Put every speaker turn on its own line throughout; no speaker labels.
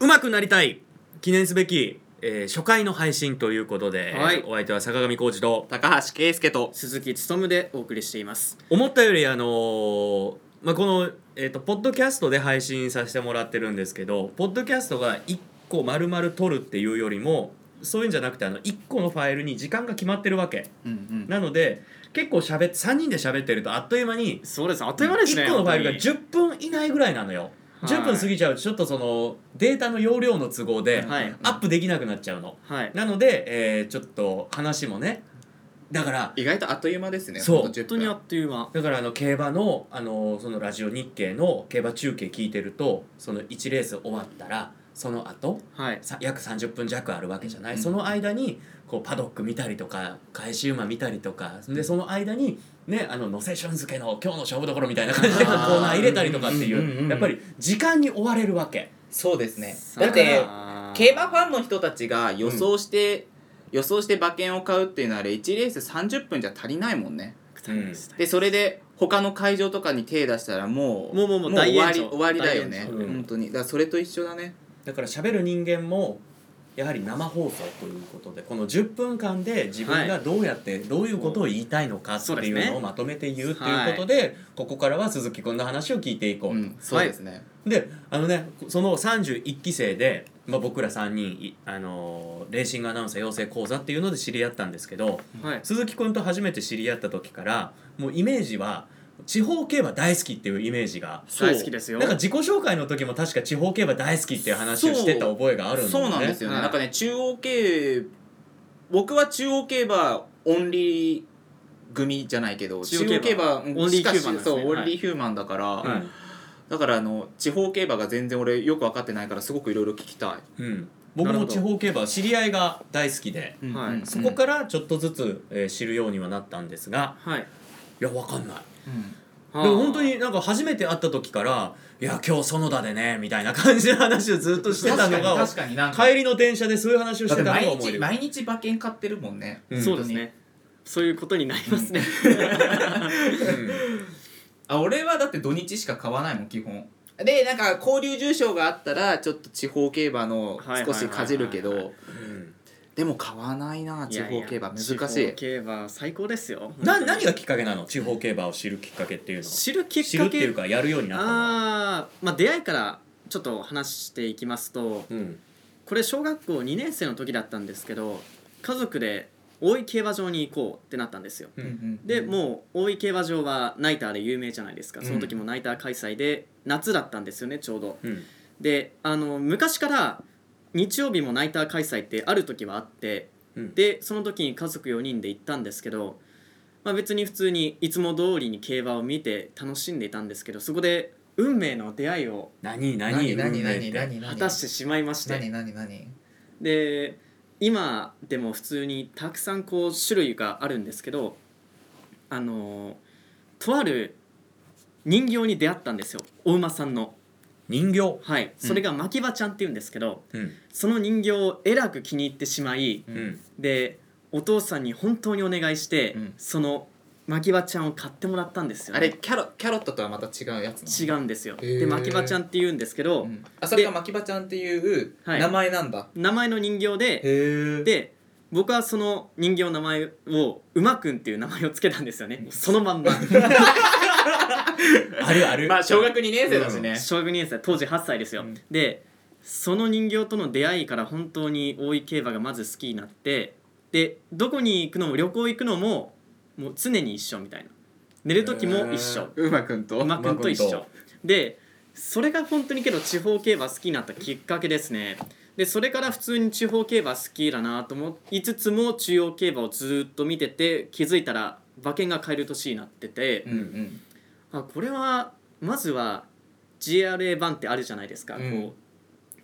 うまくなりたい記念すべき、えー初回の配信ということで、
はい
お相手は坂上浩二と
高橋圭介と
鈴木努でお送りしています
思ったよりあのーまあ、この、えー、とポッドキャストで配信させてもらってるんですけどポッドキャストが1個丸々撮るっていうよりもそういうんじゃなくてあの1個のファイルに時間が決まってるわけ
うんうん
なので結構喋って3人で喋ってるとあっという間に
そうですあっという間ですね
1個のファイルが
本当
10
に
分以内ぐらいなのよ。
はい
10分過ぎちゃうとちょっとそのデータの容量の都合で
はい
アップできなくなっちゃうの。
はい
なので、えーちょっと話もねだから
意外とあっという間ですね
そう
ほんと10
本当にあっという間
だからあの競馬のあのそのラジオ日経の競馬中継聞いてるとその1レース終わったらその後
はい
さ約30分弱あるわけじゃない、
うん
その間にこうパドック見たりとか返し馬見たりとかでその間にねあの野瀬俊介の今日の勝負どころみたいな感じで
あ
コ
ー
ーナー入れたりとかってい
うんうんうんう
うんやっぱり時間に追われるわけ。
そうですね
さあ
だって
あー
競馬ファンの人たちが予想して、予想して馬券を買うっていうのはあれ1レース30分じゃ足りないもんねでそれで他の会場とかに手出したらもう
もうもうもう大
終わ
炎
り
上
終わりだよね
大炎上うん
本当にだからそれと一緒だね
だから喋る人間もやはり生放送ということでこの10分間で自分がどうやって、どういうことを言いたいのかって
そうで
い
す
う
ね
のをまとめて言うっていうことで、ここからは鈴木君の話を聞いていこう、
うんそうですね、
であのねその31期生で、まあ、僕ら3人い、あのーレーシングアナウンサー養成講座っていうので知り合ったんですけど
はい
鈴木君と初めて知り合った時からもうイメージは地方競馬大好きっていうイメージが。
大好きですよ
なんか自己紹介の時も確か地方競馬大好きっていう話をしてた覚えがあるんだ
そう
よね。
なんですよね、
はい
なんかね中央競僕は中央競馬オンリー組じゃないけど
中央競馬
中央
オンリー
しかし
ヒューマンですね
そう
はい
オンリーヒューマンだから、
はい
だからあの地方競馬が全然俺よく分かってないからすごくいろいろ聞きた
うん、僕
なる
も
ほど
地方競馬知り合いが大好きで、
い、
はい
うん
そこからちょっとずつ、えー知るようにはなったんですが
はい
いやわかんない
うん
でも本当になんか初めて会った時から「いや今日園田でね」みたいな感じの話をずっとしてたのが
確かになんか
帰りの電車でそういう話をし
だってて
たのが
毎
思い
日
出
毎日馬券買ってるもんね、
うん
そうですねそういうことになりますね
あ俺はだって土日しか買わないもん基本でなんか交流重賞があったらちょっと地方競馬の少しかじるけ
はいはいはい
ど
うん
でも買わないな地方競馬難しい
地方競馬最高ですよ
な何がきっかけなの地方競馬を知るきっかけっていうのは
知るきっ
知る
か
ってい
け
うかやるようになったのは
あーまあ出会いからちょっと話していきますと
うん
これ小学校2年生の時だったんですけど家族で大井競馬場に行こうってなったんですよ
う
うんうんん
でもう大井競馬場はナイターで有名じゃないですかその時もナイター開催で夏だったんですよねちょうど
うん
であの昔から日曜日もナイター開催ってある時はあって
うん
でその時に家族4人で行ったんですけど、まあ、別に普通にいつも通りに競馬を見て楽しんでいたんですけどそこで運命の出会いを
何何
何何
運命っ
何
て
何
果たしてしまいまして
何何何
で今でも普通にたくさんこう種類があるんですけどあのとある人形に出会ったんですよお馬さんの
人形
はいそれが牧場ちゃんっていうんですけど、
うん
その人形をえらく気に入ってしまい
うん
でお父さんに本当にお願いして、
うん
その牧場ちゃんを買ってもらったんですよ、
あれキャロキャロットとはまた違うやつな
違
の
うんですよ、
へー
で牧場ちゃんって言うんですけど、
うんあそれが牧場ちゃんっていう
はい
名前なんだ
名前の人形で
へで
で僕はその人形の名前を馬くんっていう名前をつけたんですよねそのま んま
あるある
まあ小学2年生だしね
小学2年生当時8歳ですよ、
うん
でその人形との出会いから本当に大井競馬がまず好きになってでどこに行くのも旅行行くのももう常に一緒みたいな寝る時も一緒
馬くんと
馬くんと一
馬くん
緒
と
でそれが本当にけど地方競馬好きになったきっかけですねでそれから普通に地方競馬好きだなと思いつつも中央競馬をずっと見てて気づいたら馬券が買える年になってて
うんうん
あこれはまずは GRA 版ってあるじゃないですか、
うん
こう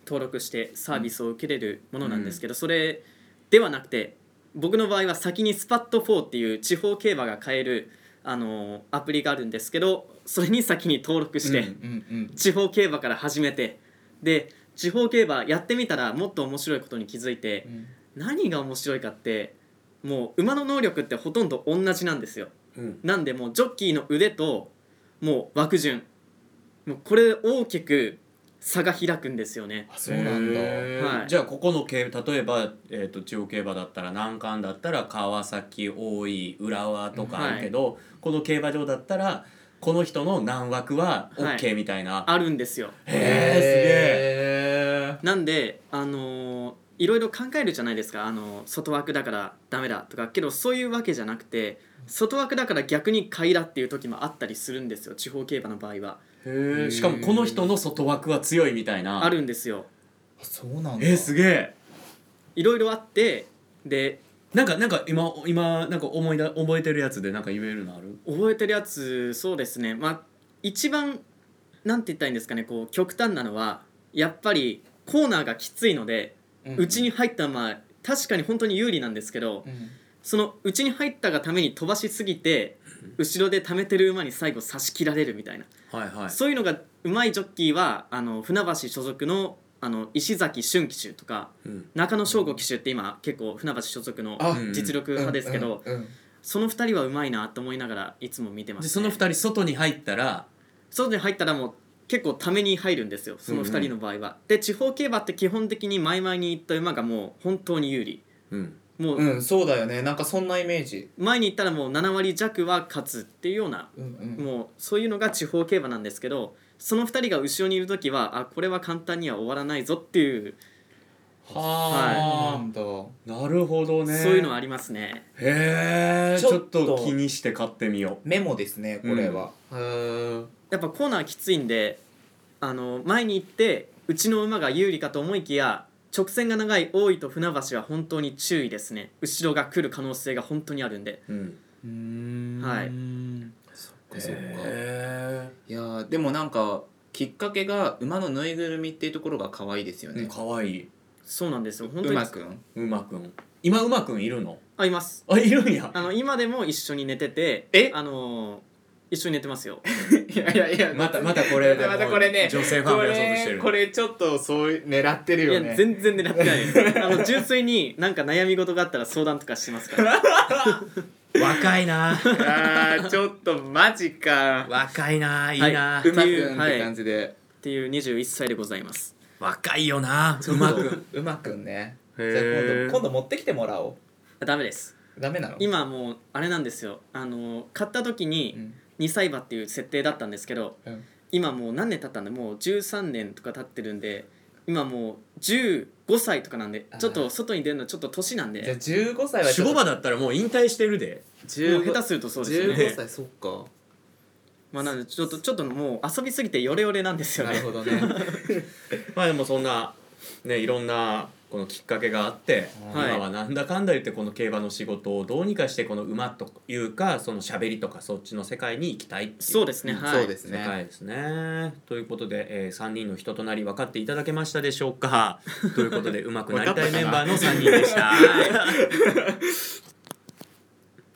登録してサービスを受けれるものなんですけど、それではなくて僕の場合は先にスパット4っていう地方競馬が買える、あのーアプリがあるんですけどそれに先に登録して、
うんうん
地方競馬から始めてで地方競馬やってみたらもっと面白いことに気づいて
うん
何が面白いかってもう馬の能力ってほとんど同じなんですよ。
うん
なんでもうジョッキーの腕ともう枠順もうこれ大きく差が開くんですよね。
あそうなんだ
へー
はい
じゃあここの競例えば、えー、と中央競馬だったら難関だったら川崎大井浦和とかあるけど、この競馬場だったらこの人の何枠は
はい
OK みたいな、
あるんですよ。
へえ
え
なんであのーいろいろ考えるじゃないですかあのー外枠だからダメだとかけどそういうわけじゃなくて外枠だから逆に買いだっていう時もあったりするんですよ地方競馬の場合は
すげえへえしかもこの人の外枠は強いみたいな
あるんですよ
あそうなんだ
えー、すげえ
いろいろあってで
なんかなんか今今なんか思いだ覚えてるやつでなんか言えるのある
覚えてるやつそうですねまあ一番なんて言ったらいいんですかねこう極端なのはやっぱりコーナーがきついので
うん
うち、に入ったまあ確かに本当に有利なんですけど
うん
そのうちに入ったがために飛ばしすぎて後ろで溜めてる馬に最後差し切られるみたいな、
はいはい
そういうのがうまいジョッキーはあの船橋所属のあの石崎俊騎手とか
うん
中野翔吾騎手って今結構船橋所属の
あ
実力派ですけど、
うんうんうん
その2人はうまいなと思いながらいつも見てます、
で
ね、
その二人外に入ったら
外に入ったらもう結構ために入るんですよその2人の場合は、で地方競馬って基本的に前々に行った馬がもう本当に有利
うん
もう
うん、そうだよねなんかそんなイメージ、
前に行ったらもう7割弱は勝つっていうような
うんうん、
もうそういうのが地方競馬なんですけどその2人が後ろにいる時はあこれは簡単には終わらないぞっていう、
あ
はあ、
なんだ
なるほどね
そういうのありますね
へえち
ち
ょ
ょ
っ
っと
と気にして買ってみよ
メモですねこれは、へー
やっぱコーナーきついんであの前に行ってうちの馬が有利かと思いきや直線が長い大井と船橋は本当に注意ですね後ろが来る可能性が本当にあるんで
う、うん、
うーん
はい
そっ
へ
かそっか
え
いやーでもなんかきっかけが馬のぬいぐるみっていうところが可愛いですよね、
かわいい
そうなんですよ
う
本当に
まくん
うまくん今うまくんいるの
あいます
あいるんや
あの今でも一緒に寝てて
え
あの一緒に寝てますよ
いやいやいや
またまたこれで
またこれね
女性ファン
こ
を予想して
れ
る
これちょっとそういう狙ってる
い
よ
や
ね
全然狙ってないですあの純粋になんか悩み事があったら相談とかしてます から
若いな
あーちょっとマジか
若いないい
は
な、
うまく
っていうん
って感じで、
っていう21歳でございます
若いよなうまくん
うまくんねじゃあ
へ
今
ー
度今度持ってきてもらお
あダメです
うダメなの
今もうあれなんですよあの買った時
う
に
ん
2歳馬っていう設定だったんですけど
うん
今もう何年経ったんだもう13年とか経ってるんで今もう15歳とかなんで
あー
ちょっと外に出るのちょっと年なん
じゃあ
で
15歳はち
守
ょ
護馬
っと
だったらもう引退してるで
もう
15
下手するとそうですよ
15
ね、
歳そっか
まあ、なのでちょっとちょっともう遊びすぎてヨレヨレなんですよ
なる
ね
ほどね
まあでもそんなねいろんなこのきっかけがあって、
はい
今はなんだかんだ言ってこの競馬の仕事をどうにかしてこの馬というかその喋りとかそっちの世界に行きたいっていう
そう ですねはい
そうですね
世界ですね。ということで、え3人の人となり分かっていただけましたでしょうかということでうまくなりたいメンバーの3人でした。